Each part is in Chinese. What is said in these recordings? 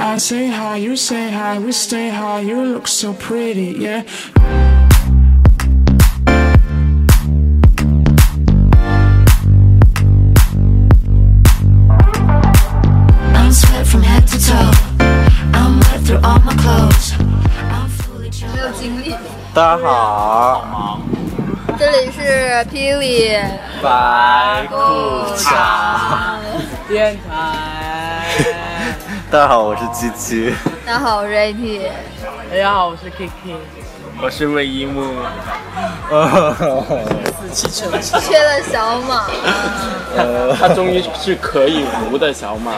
I say hi, you say hi, we stay high, you look so pretty, yeah. 没有精力。大家好，这里是霹雳白裤衩。电台。大家好，我是七七，大家好，我是 AT。大家好，我是 Kiki。我是魏一木，缺了小马，他终于是可以无的小马，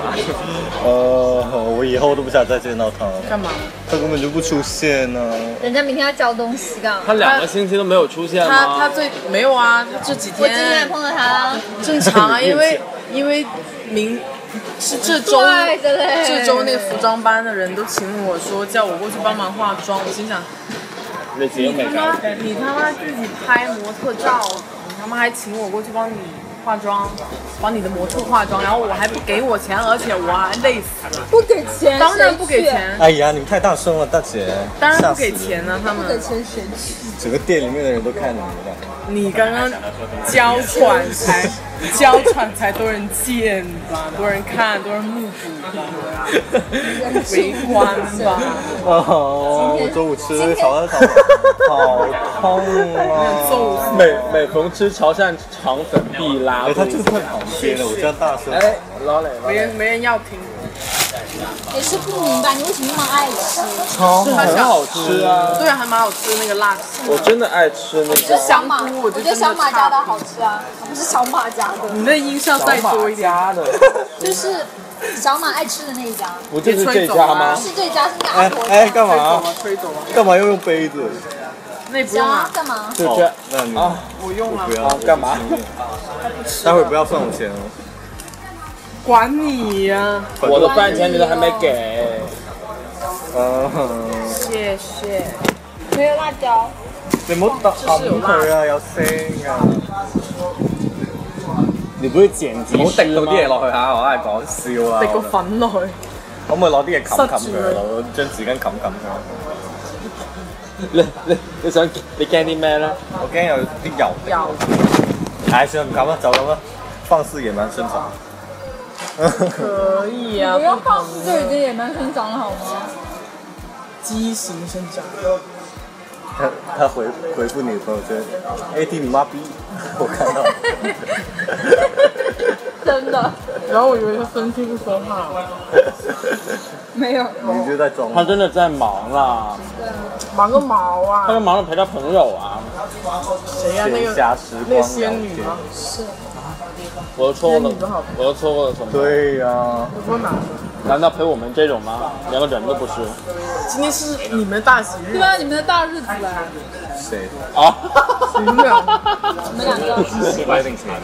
呃，我以后都不想再见到他了，干嘛？他根本就不出现啊呢、人家明天要交东西的。他两个星期都没有出现他吗？他最没有啊，这几我今天也天碰到他，正常 啊，因为因为明是这周怪的嘞这周那个服装班的人都请我说叫我过去帮忙化妆，我心想那节目你没他搞妈你他妈自己拍模特照，你他妈还请我过去帮你化妆，帮你的模特化妆，然后我还不给我钱，而且我还累死了，不给钱，当然不给，钱，哎呀，你们太大声了，大姐，当然吓不死人给，钱了，他们。钱谁去？整个店里面的人都看你们了。你刚刚娇喘才娇喘才多人见吧，多人看，多人目睹吧，围观吧。哦，我中午吃那个炒饭，好痛揍啊！每每逢吃潮汕肠粉必拉哎，肚他就子。在旁边了，我这样大声，哎，老磊，没人没人要听，也是不明白你为什么那么爱吃。超好很好吃啊！对，还蛮好吃的那个辣子，我真的爱吃那就个。小马，香菇我我就觉得真的小马差家不的好吃啊，不是小马家的，你那音效再多一点。啊家的，就是小马爱吃的那一家，不就是这家吗不？是这家，是那阿哎婆哎，家。干吹走嘛？了，吹走了，干嘛要用杯子？那不行用啊了，干嘛？就这样，哦那你啊我用了不，要啊干嘛？待会儿不要算我钱哦。管你啊呀、我的饭钱你都还没给，嗯啊，谢谢。没有辣椒，你冇打佢啊，有聲啊！你不會剪唔輯好滴師到啲嗎嘢落去嚇，我係講笑啊！滴個粉落去，可唔可以攞啲嘢冚冚塞佢住佢攞張紙巾冚冚佢？啊你你你想你驚啲咩咧？我驚有啲油滴。有唉，算啦唔冚啦，就咁啦，放肆野蠻生長。可以啊，不要放肆就已经野蛮生长了好吗？畸形生长。他他回回复你的朋友圈，AD 你媽逼，我看到。真的然后我以为他生气不说话了，没有。你就在裝。他真的在忙啦，忙个毛啊他！在忙着陪他朋友啊。谁呀、那闲暇个时光聊那个天仙女啊吗？我又错那过你不好了，我又错过了什么？對呀，我说哪？难道陪我们这种吗？连个人都不是今天是你们大喜日对，啊，你们的大日子嘞，誰？啊！你们俩你们两个我定誰？啊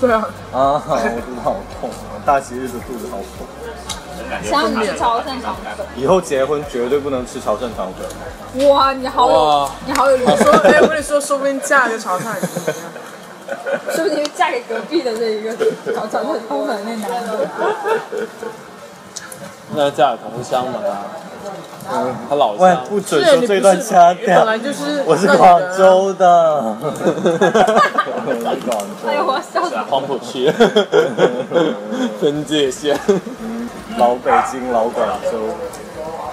对啊，啊，我肚子好痛，大喜日子肚子好痛。想你吃潮汕肠粉。以后结婚绝对不能吃潮汕肠粉。哇，你好有哇，你好有人 说设，哎，我跟你说，说不定嫁个潮汕人怎么样说不定嫁给隔壁的这一个潮潮汕肠粉那男的。那嫁给同乡的啦，他老喂，乡。不准是说你这段掐你本掉。来就是我是那里广人啊，州的，我是广哎呦，州我笑死。黄浦区 分界线， 老北京、老广州，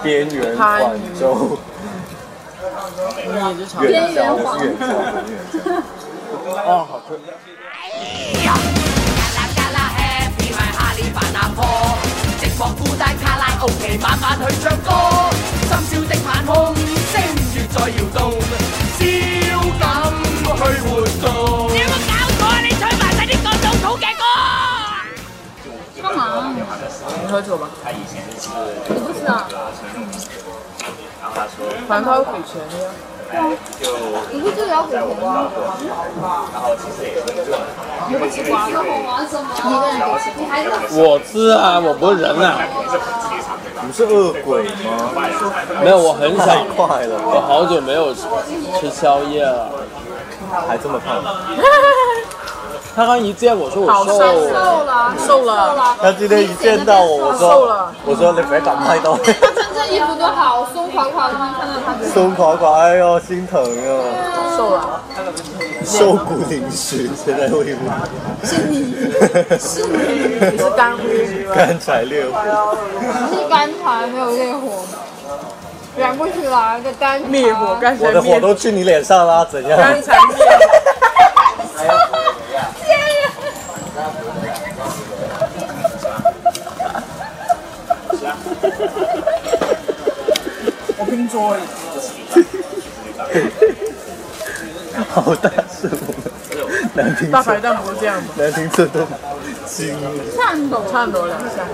边缘广州，你也是潮汕。远郊我是远郊，我是远郊。哦，好吃。啦啦啦 happy 咪哈利扮阿婆，寂寞孤單卡拉 OK 晚晚去唱歌，深宵的晚空，星月在搖動，燒感去活動。你有冇搞錯啊？你唱埋晒啲咁老土嘅歌。干嘛？你喝酒吧，你不是啊？反正他有给钱的呀。你不就聊古董吗？你不吃瓜吗？你一个人给钱，你还我吃啊，我不是人啊，你是恶鬼吗？没有，我很啊太想，快了，我好久没有吃吃宵夜了。还这么胖。他刚一见我说我好瘦，瘦瘦了，瘦了，他今天一见到我，我啊瘦说了我说你别感麦到，他穿这衣服都好松垮垮的，刚看到他觉得松垮垮，哎呦心疼哟，瘦了，瘦骨嶙峋，现在会不？是 你，是你是干呼是吧？干柴烈火，是干柴没有烈火，燃不起来个干柴啊灭火，刚才我的火灭，都去你脸上啦，怎样？刚才灭，我跟你说，好大声，难听大着，排档不是这样吗？难听着都惊了。颤抖，颤抖两下，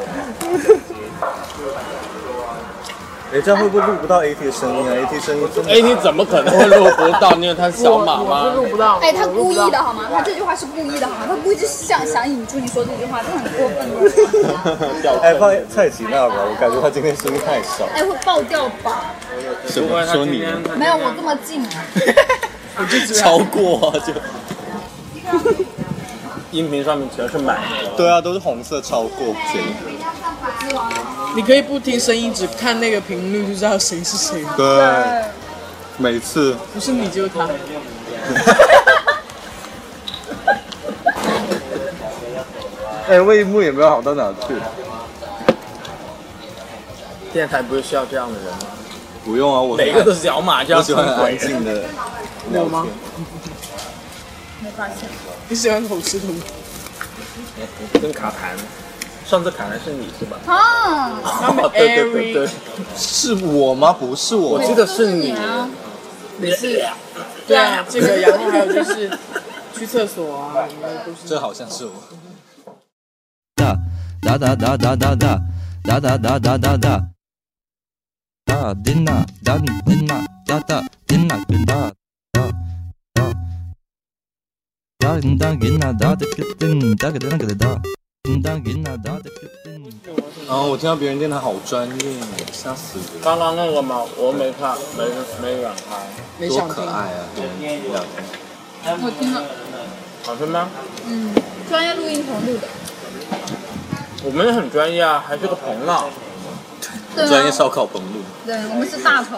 哎，这样会不会录不到 AT 的声音啊？AT 声音这么哎，你怎么可能会录不到？因为他是小我马 我是嘛。录不到，哎，他故意我录不的到，好吗？他这句话是故意的好吗？他故意就是想想引住你说这句话，这很过分的。 哎，放蔡琴那吧，我感觉她今天声音太少。哎，会爆掉吧？什么说你没有，我这么近。超过啊就。音频上面全是满的，对啊，都是红色超过谁？你可以不听声音，只看那个频率就知道谁是谁，对，每次不是你就是他。哎，魏木也没有好到哪去。电台不是需要这样的人吗？不用啊，我每个都是小马，这我样喜欢成安鬼静的我聊吗天。你喜欢口吃土？跟卡盘。上次卡盘是你是吧？啊，他们 对对对对，是我吗？不是我我，记得是你。每次对啊，这个然后还有就是去厕所啊，你们都是这好像是我。 da da da da da da da da da da da da da dinna da dinna da da dinna da da da da din da ginna da da clip din da ga da ga da din da ginna da da clip din 然哦后我听到别人电台好专业，吓死人，刚刚那个嘛，我没看，没没敢看，没多想可听。爱啊！跟我们聊天，我听了，好听吗？专业录音棚录的，我们也很专业啊，还是个棚呢。对专吗？业烧烤本路。对，我们是大棚。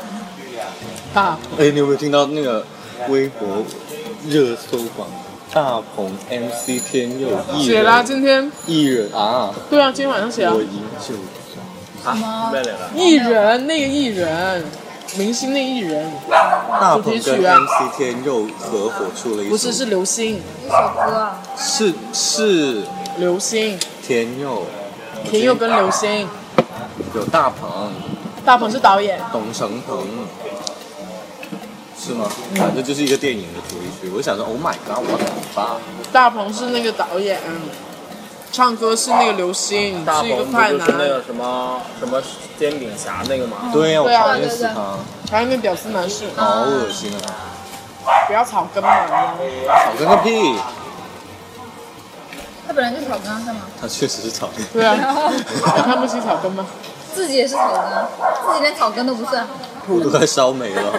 大哎，你有没有听到那个微博热搜榜？大鹏 MC 天佑艺写啦，人，啊今天艺人啊，对啊，今天晚上写啊我，饮酒。啊，没了。艺人那个艺人，明星那艺人，大鹏主题跟曲啊 MC 天佑合伙出了一不首是，是刘星，是是刘星，天佑，田佑跟刘星，有大鹏、大鹏是导演，董成鹏，是吗？嗯反正就是一个电影的主题曲。我想说，Oh my god，我的爸！大鹏是那个导演，嗯唱歌是那个刘星，大是一个鹏不快就是那男，个什么什么煎饼侠那个吗？对呀、我对啊讨厌死他，还有那屌丝男士，好恶心啊！不要草根嘛，吵个屁！他本来就是草根啊是吗？他确实是吵个屁。对啊，你看不起草根吗？ 自己也是草根啊，自己连草根都不算。都快烧没了，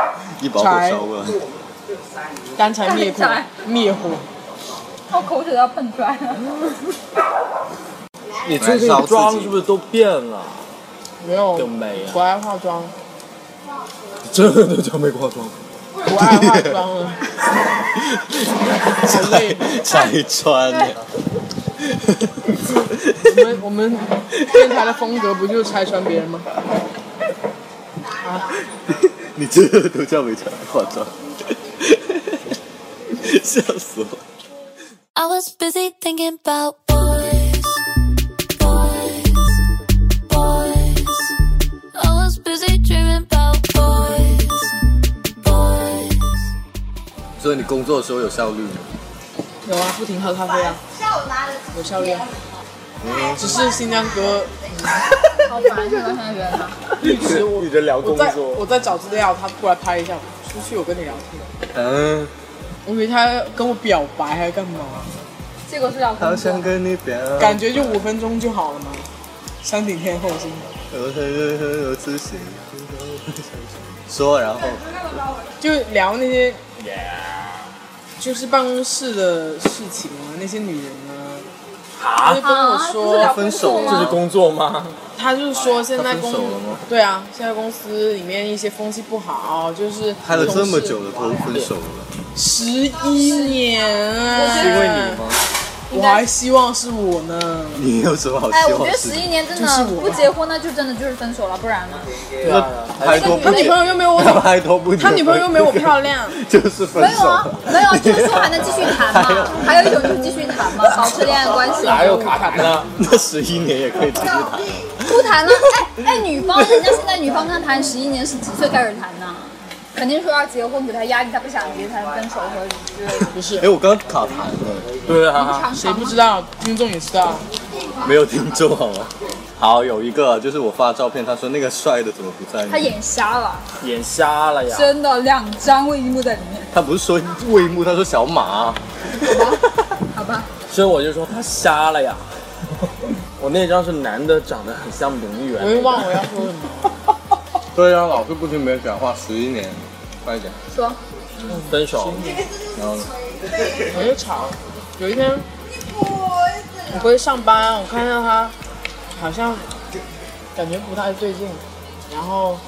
一把火烧了。干柴灭火 干柴，灭火，我哦口水都要喷出来 了。你最近妆是不是都变了？没有就，没了。不爱化妆， 真的叫没化妆，不爱化妆啊了。 好累拆拆穿了。我们我们电台的风格不就是拆穿别人吗？ 你这都叫没穿化妆， 笑死我！ I was busy thinking about boys, boys, boys. I was busy dreaming about boys, boys. 所以你工作的时候有效率吗？有啊，不停喝咖啡啊，有效率啊。嗯只是新疆哥好烦，啊这个上学的。一直我你在聊我工在作，我在找资料，他过来拍一下我。出去我跟你聊天，嗯，我以为他跟我表白还是干嘛，嗯结果是聊工作好想。跟你表白，感觉就五分钟就好了嘛。山顶天后是吗我很很有自信。说，然后就聊那些就是办公室的事情啊，那些女人啊，她啊就，跟我说，啊分手吗这是工作吗？她就是说现在她公分手了吗对啊，现在公司里面一些风气不好，就是拍了这么久的拖分手了，十一年啊，我觉因为你吗？我还希望是我呢，你有什么好哎，希我觉望得是十？一年真就是的我不结婚，那就真的就是分手了，不然呢？对啊，拍拖他不女结朋，友又没有我他 怎，拍拖不结，他女朋友又没有我漂亮， 就是分没有手 啊了。，没有啊，就是说还能继续谈嘛，还有一种就是继续谈 嘛，保持恋爱关系。哪有卡 痰呢？那十一年也可以继续谈，不谈了，哎哎，女方人家现在女方跟他谈十一年是几岁开始谈呢？肯定说要结婚给他压力，他不想结才分手或者之类的。不是哎，我刚卡痰了，对啊，常谁常 不知道，听众也知道，没有听众好吗？好，有一个就是我发照片，他说那个帅的怎么不在他呢？眼瞎了，眼瞎了呀！真的两张卫衣幕在里面，他不是说魏木，他说小马，好 吧？所以我就说他瞎了呀。 我那张是男的，长得很像名媛。我又忘了我要说什么。对啊，老是不听别人讲话，十一年，快一点，说分手，然后呢？我就吵。有一天，我不是上班，我看到他好像感觉不太对劲，然后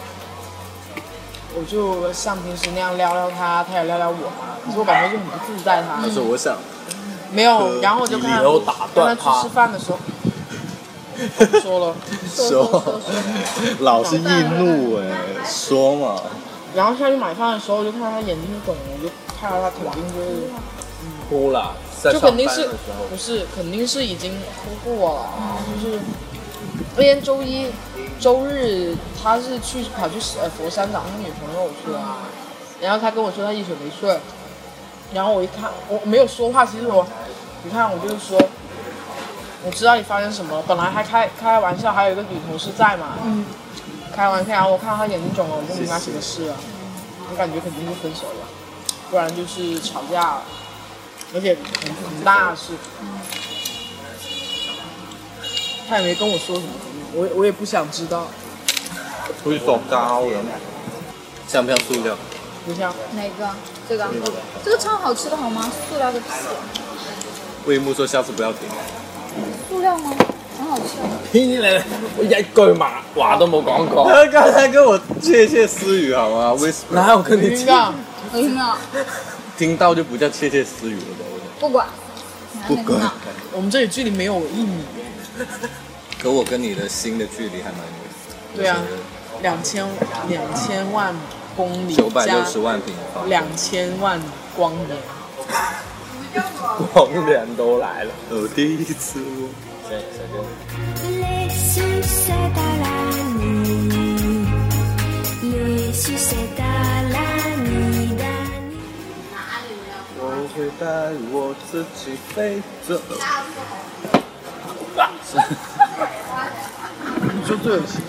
我就像平时那样撩撩他，他也撩撩我嘛。可是我感觉就很不自在他。他说我想，没有，哦然后我就呃看理由打断他去他吃饭的时候，我不说了。说，老是易怒哎，说嘛，然后下去买饭的时候，我就看到他眼睛肿了，我就看到他肯定就是。哭了，在就上班肯的时定是候，不是肯定是已经哭过了，就是那天周呃一、周日他是去跑去呃佛山找他女朋友去了、啊然后他跟我说他一宿没睡，然后我一看我没有说话，其实我你看我就是说。我知道你发生什么了，本来还开开玩笑，还有一个女同事在嘛，嗯，开玩笑，然后我看他眼睛肿了，我就明白什么事了，我感觉肯定是分手了，不然就是吵架了。而且很很大的事，他也没跟我说什么，我也我也不想知道，会多高人，像不像塑料？就像哪个？这个？这个超好吃的好吗？塑料的屁，魏木说下次不要听，塑料吗？很好吃。天你，我一句麻話都冇講過。他刚才跟我窃窃私语好吗？whisper，哪有跟你晕的，我听到，听到就不叫窃窃私语了吧？不管，不管，我们这里距离没有我一米，可我跟你的心的距离还蛮远，对啊，两千两千万公里九百加六十万平方，两千万光年，光人都來了。我第一次我。 Les sucettes à la nuit, les sucettes à la nuit d'année. 我会带我自己飞走。你说最恶心，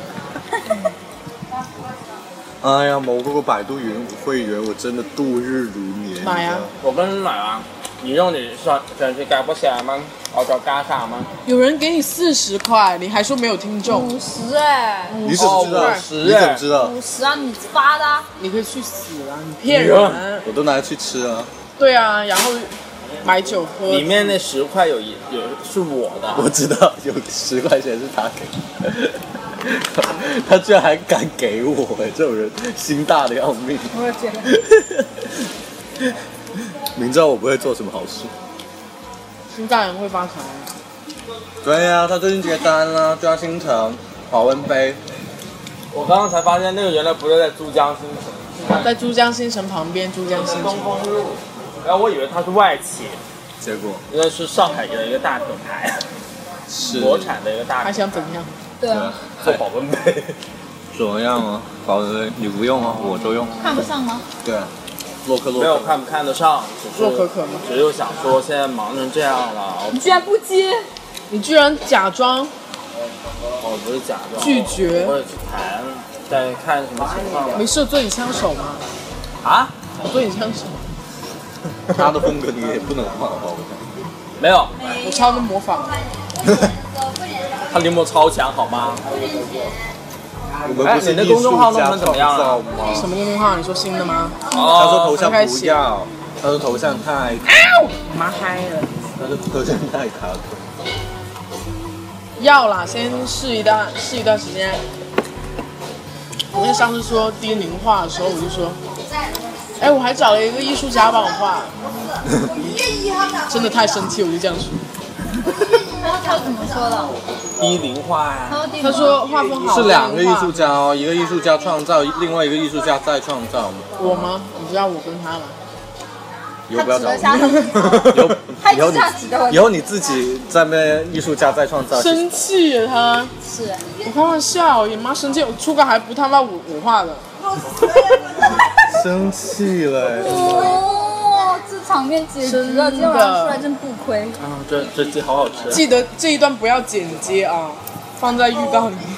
哎呀，某个百度云会员，我真的度日如年。你买啊知道吗我跟你講啊，如果你上上次夾咗四十蚊，我再加三十蚊。有人给你四十块，你还说没有听众，五十哎，你怎么知哦道？五十你怎么知道？五十啊，你发的啊，你可以去死啊！你骗女人，我都拿去吃啊！对啊，然后买酒喝，裡面那十塊有一有是我的，我知道有十块钱是他给的，他居然还敢给我，哎，这种人心大的要命。我也觉得。明知道我不会做什么好事。现在人会发财，对呀、他最近结单啦，抓心疼，保温杯。我刚剛才發現那個原來不是在珠江新城，在珠江新城旁边，珠江新城東。風路。然哎後我以為它是外企，结果原來是上海的一個大品牌，是國產的一個大还品想怎样？对啊，牌做保温杯。怎么样啊？保温杯你不用啊，我都用。看不上吗？对啊，洛克洛没克有看不看得上，只是洛可可吗只是想说现在忙成这样了，你居然不接，你居然假装我哦我不是假装拒绝我也去谈，再看什么情况吧没事对你枪手吗？啊？对你枪手，他的风格你也不能换好不没有，我超能模仿。好？他临摹超强好吗？我们哎不是你的艺术公众号弄家成怎么样了啊创造吗？什么公众号？你说新的吗？他说哦头像开不始要，他的头像太，妈嗨了！他的头像太卡通。要啦，先试一段，试一段时间。我那上次说低龄化的时候，我就说，哎，我还找了一个艺术家帮我画，真的太生气，我就这样说。他怎么说的？低龄化呀、他说地他说画风好，是两个艺术家。家哦，一个艺术家创造，另外一个艺术家再创造嘛。我吗？你知道我跟他吗？以后不要找他指着我，以后他以后一下指着我你以后你自己在那边艺术家再创造。生气了他，是，我开玩笑，你妈生气，我初稿还不他妈我我画的，生气了，哦，这场面简直啊了，今天晚上出来真不亏。啊，这这鸡好好吃。记得这一段不要剪接啊，放在预告里面，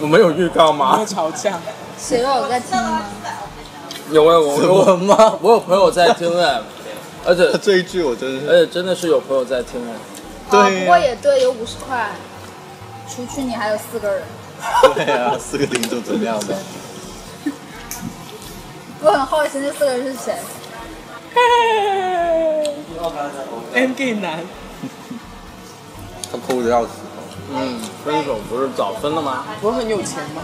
我没有预告不吗要？吵架。谁让我在听呢？有啊我有什我么有吗？我有朋友在听 哎，而且这一句我真是，而且真的是有朋友在听哎。啊对不呀过也对，有五十块，除去你还有四个人，对啊，四个听众怎么样的？我很好奇那四个人是谁。 M gay 男，他哭的要死。嗯，分手不是早分了吗？我很有钱吗？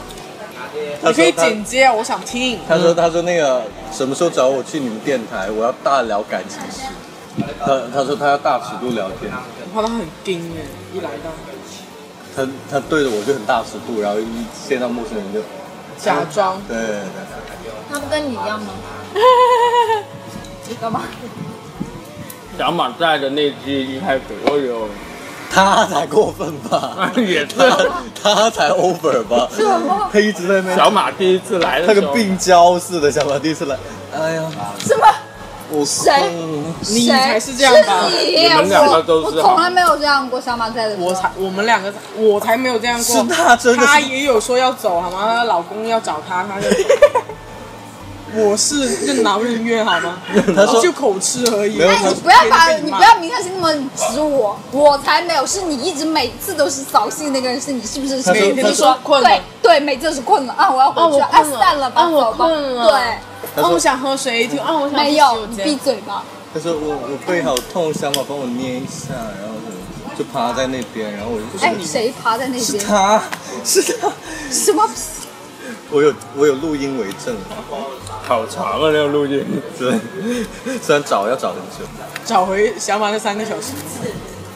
他你可说以他剪接啊，我想听。他说他说那个什么时候找我去你们电台，我要大聊感情史。他他说他要大尺度聊天，我怕他很盯哎，一来到他他对着我就很大尺度，然后一见到陌生人就假装，对对对他不跟你一样吗？你干嘛？小马带着那只一开始，我有，他才过分吧？ 也是他他才 over 吧？他一直在那边 小马第一次来的那时个候，病娇似的，小马第一次来，哎呀，什么？我谁嗯你谁才是这样吧？你你们两个都我是从来没有这样过，小马在的时候我才，我们两个，我才没有这样过。是他真的是她也有说要走好吗？她老公要找她，她就走。我是任劳任怨好吗？他说就口吃而已。没有哎，他你不要把天天被你骂不要明看性那么指我，我才没有，是你一直每次都是扫兴那个人是你，是不是？是他不是说你他就说困了对对，每次都是困了啊，我要回去啊了，我哎，困了散了吧，啊我走吧困了对，他哦，我说想喝水，一听哦，我想没有有，你闭嘴吧。他说我我背好痛，小马帮我捏一下，然后就就趴在那边，然后我就哎，谁趴在那是边？他是他，什么？我有我有录音为证，好长啊，那个路径。对，虽然找要找很久，找回小马那三个小时。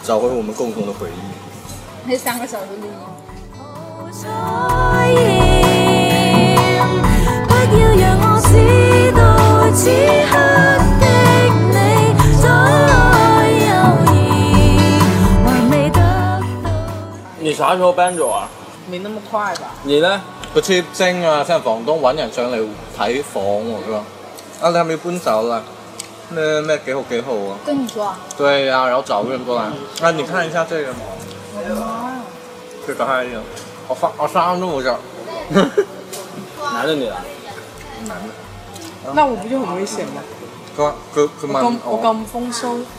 找回我们共同的回忆。那三个小时录音，好彩艳，不要让我知道此刻的你左右摇，还未得到。你啥时候搬走啊？没那么快吧？你呢？個 cheap 精啊，真係房東揾人上嚟睇房喎、佢話：啊，你係咪要搬走啦？咩咩幾號幾號啊？跟你说啊，對啊，然後找個人過來，啊，你看一下這個，這個還有，我發我發那麼着，男的女的？嗯那我不就很危险吗？ 佢話佢佢我問咁我我，咁豐收，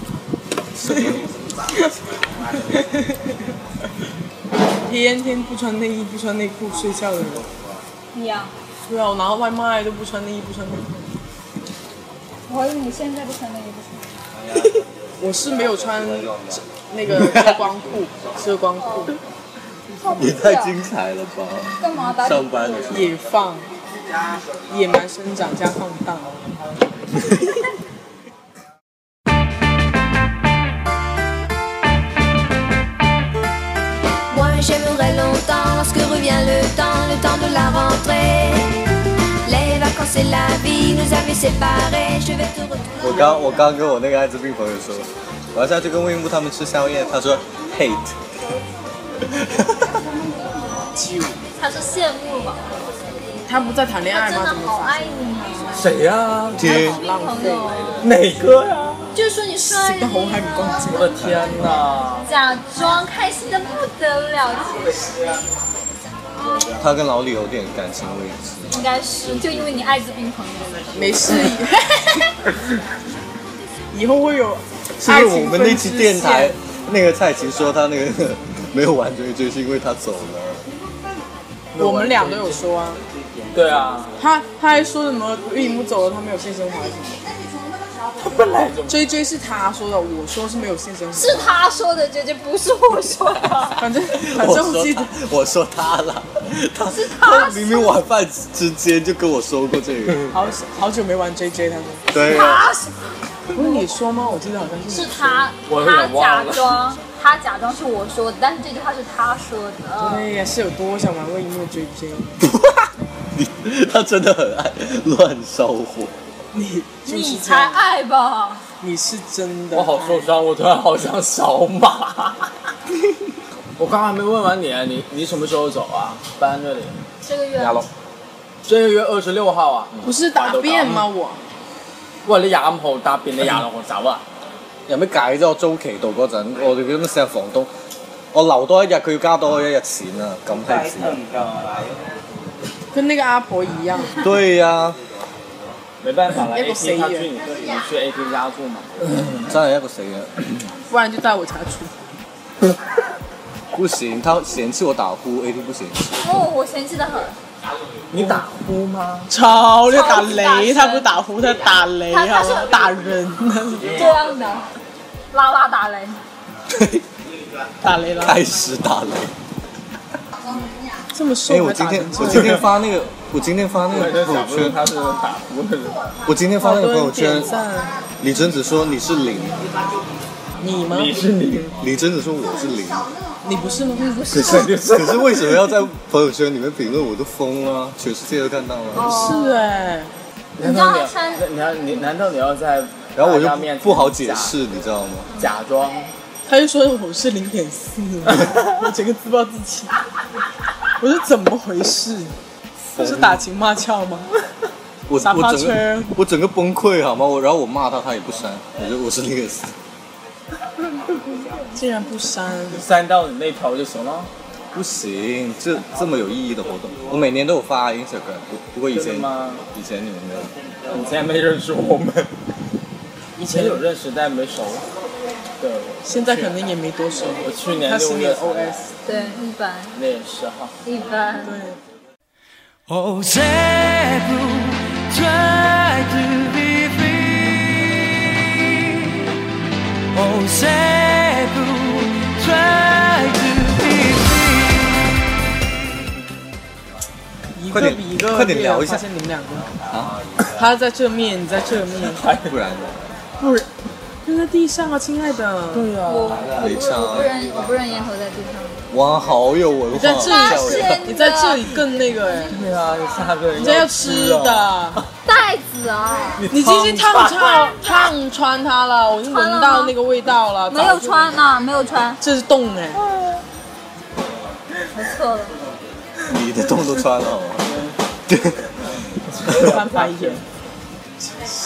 天天不穿内衣不穿內褲睡覺的人，你啊，对啊，我拿外賣都不穿內衣不穿內褲，我以为你现在不穿内衣不穿。我是没有穿那个遮光裤， 遮光裤靠谱你啊太精彩了吧！干嘛把上班的時候野放，野蛮生长加放荡。 Moi j'aimerais longtemps lorsque revient le temps, le temps de la rentrée. Les vacances et la vie nous avaient séparés. Je vais te retrouver. 我刚我刚跟我那個艾滋病朋友說，我要下去跟魏木他們吃宵夜，他說 hate。他是羡慕吧？他不在谈恋爱真吗？的怎么好发爱你啊！谁呀、啊？天，啊浪费？哪个呀、就是说你帅那红海米公鸡我的天哪！假装开心的不得了，其实他跟老李有点感情位置，应该是就因为你艾滋病朋 友。没事，以后会有是爱不情是我们分那期支电台线那个蔡琴说她那个没有完全追是因为她走了，我们俩都有说啊。对啊，他他还说什么岳母走了，他没有性生活还是什么？他本来就追追是他说的，我说是没有性生活，是他说的，这就不是我说的。反正反我正我说记得他，我说他了，他是他明明晚饭之间就跟我说过这个，好好久没玩 JJ，他说对啊， 他是不是你说吗？我记得好像是是他，我有他假点忘了装，他假装是我说的，但是这句话是他说哎的。嗯呀，是有多想玩魏一诺 JJ？你他真的很爱乱烧火，你就是你这才样，爱吧？你是真的。我好受伤，我突然好想小 马。我刚还没问完你，你你什么时候走啊？搬这里，这个月牙咯，这个月二十六号啊。不是大便吗？我喂，你廿五號搭便，你廿六號走啊？有咩解啫？我租期度嗰陣，我哋咁樣成日房東，我留多一日，佢要加多我一日錢啊，咁閪錢。嗯跟那个阿婆一 样，對呀、啊，沒辦法啦一個，A 死 T 家人居你你去 A T 家住嘛？真係一個死人。不然就带我查出。不行，他嫌棄我打呼，AD 不行。哦，我嫌弃的很。你打呼嗎？操！那打雷他不是打呼，他打雷他他是好吗打人， 这样的，拉拉打雷，打雷了。开始打雷。这么哎、瘦我还今打天我成这今样，天发那个，我今天发那个朋友圈，是打呼的人。我今天发那好个朋多友人点圈，赞。李贞子说你是零，你吗？你是你，李贞子说我是零，你不是吗？不是可是可是为什么要在朋友圈里面评论？我都疯了，啊全世界都看到了。是哎，难道道他你穿要你要你难道你要在然后我大家就面前不好解释，你知道吗？假假 装？他就说我是零点四，我整个自暴自弃。我说怎么回事？这是打情骂俏吗？我撒我花整个圈我整个崩溃好吗？我然后我骂他，他也不删，我就我是那个死。竟然不删，删到你那条就行了。不行，这这么有意义的活动，我每年都有发啊 Instagram，不不过以前真的吗以前你们没有。以前没认识我们，以前有认识但没熟。对，现在可能也没多熟。我去年他是六你月的 OS。对，一般那也是哈。一般。对。 Oh, Zebu, try to be free. Oh, Zebu, try to be free. 一快个点比一个快点厉害聊一下发现你们两个他在这面，你在这面，不然呢？不是扔在地上啊，亲爱的。对呀、我没我差啊不我不扔我不扔烟头在地上，哇，好有文你化啊在。这发现里，的你在这里更那个哎、对啊，你下个人人家要吃的，袋子啊，你今天烫穿烫穿它了，我已经穿了吗闻到那个味道了。没有，穿呐，没有穿，这是冻哎、我错了。你的洞都穿 了好吗？翻白眼，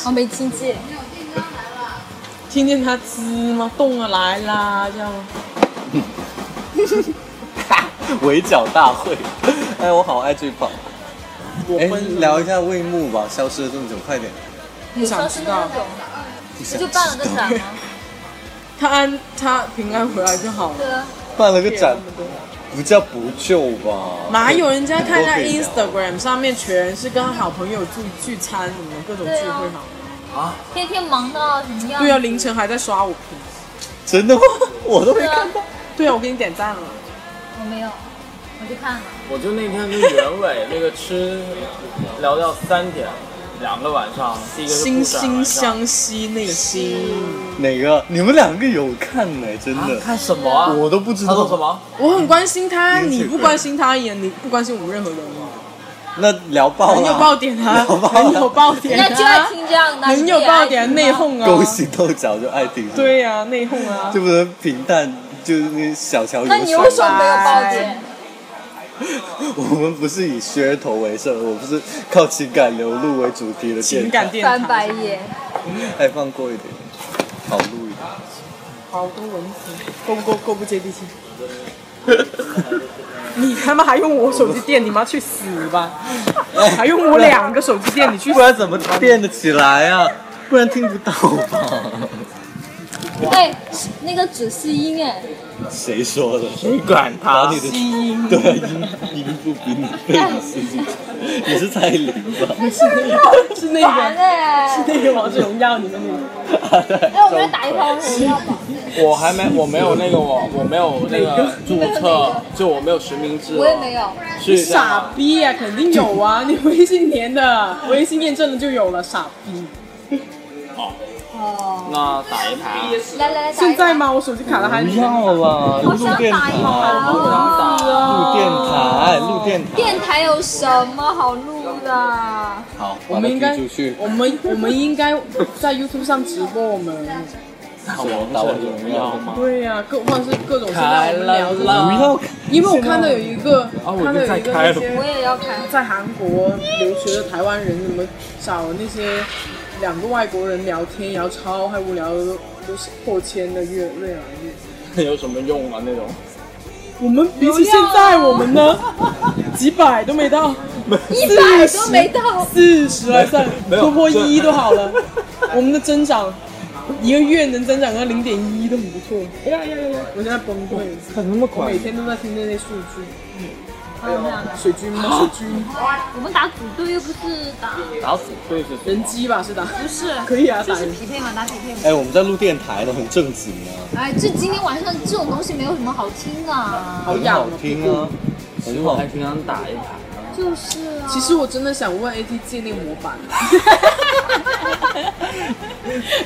我没亲戚，听见它滋吗？冻啊来啦，这样吗？围剿大会，哎，我好爱这一跑。我哎，分聊一下魏木吧，消失了这么久，快点。不想说知是道那。种，不就办了个展吗？他安他平安回来就好了。对啊，办了个展，不叫不救吧？哪有人家看很在多可以聊 Instagram 上面全是跟好朋友聚聚餐什么各种啊聚会好吗？天天忙到什么样？对啊，凌晨还在刷我屏。真 的吗？我都没对啊看到。对啊，我给你点赞了。我没有，我就看了。我就那天跟袁伟那个吃聊到三点，两个晚上，第一个是惺布展惺晚上相惜那个心，哪个？你们两个有看呢？真啊的，看什么啊？我都不知他道说什。么？我很关心他，你你也是不关心他也，你不关心我们任何人吗？那聊爆很有了。爆点啊，聊爆很有了。爆人家点就爱啊，听这样的，很有爆点内讧勾啊，心斗角就爱听。，对呀，内讧啊，就不能平淡，就是那小桥流水。那你为什么没有爆点？ 我们不是以噱头为事，我们是靠情感流露为主题的电情台感电翻白台，眼，还放过一点，好录一点。好多文字，够不够够不接地气？你他妈还用我手机垫，你妈去死吧！还用我两个手机垫，你去不然怎么变得起来啊？不然听不到吧？哎，那个指示音哎，谁说的？谁管把他你？的对啊，音音不比你被你吸进去，你是蔡依林吧？是那个哎，那个王者荣耀里面那个。哎，我们来打一盘王者荣耀吧。我还没，我没有那个，我我没有那个注册，就我没有实名制。哦我也没有，是这样傻吗。逼呀、肯定有啊！你微信填的，微信验证了就有了。傻逼！那打一盘啊。来来来，打现一在盘。吗？我手机卡了还没。要啦，我想打一盘哦。录电台，哎录电台。电台有什么好录的？好，我们应该把它踢出去，。我们我们应该在 YouTube 上直播我们。打王打王者荣耀吗？对呀、各或者是各种现在我们聊着呢，不要因为我看到有一个，啊我看到有已经在一个开那了我些也要看。在韩国留学的台湾人怎么找那些两个外国人聊天，然后超还无聊的，都是破千的越越来 越。有什么用啊？那种我们比起现在我们呢，啊几百都 没到，一百哎都没到四十来算，没有突破这一都好了。 我们的增长，一个月能增长个零点一都很不错。哎呀呀呀呀！我现在崩溃了，怎么那么我每天都在听那些数据，好有那个，水军吗？水军，我们打组队又不是打，打死对是人机吧是打，不是，可以啊，就打是匹配嘛，打匹配嘛。哎，我们在录电台呢，很正经啊，哎，这今天晚上这种东西没有什么好听的，好很痒好哦。听啊，很好。挺想打一盘。就是啊。其实我真的想问 AT 借那个模 板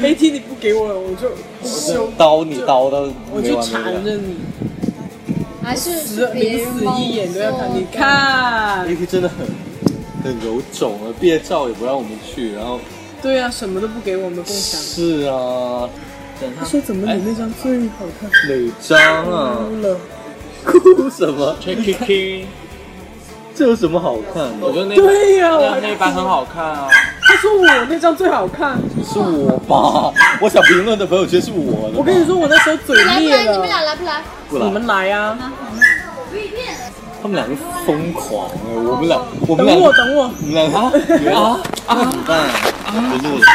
，AT 你不给我，我就不修。刀你刀到我没就完缠没了。着你，还是只别临人死帮一眼都要看。我你看， AT 真的很很有种啊，毕业照也不让我们去，然后对啊，什么都不给我们共享。是啊，他说怎么你那张最好看哪张啊？哭了？哭什么？ K K，这有什么好看我的？觉得那对 呀我那还那一盘很好看啊。他说我那张最好看。是我吧？我想评论的朋友圈是我的吧。我跟你说，我那时候嘴来不裂来？你了们。俩来不来？不你来，们来啊！他们两个疯狂哎，我们俩，我们等俩，我，等我。你们俩啊啊啊！怎么办？不录了。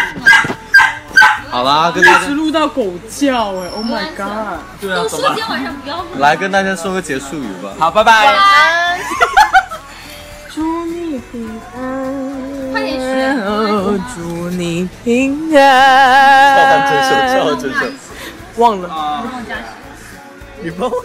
好啦，跟一直录到狗叫哎！Oh my god！对都说今天晚上不要来跟大家说个结束语吧。好，拜拜。快点学。祝你平安。照单遵守，照单遵守。忘了。你帮我。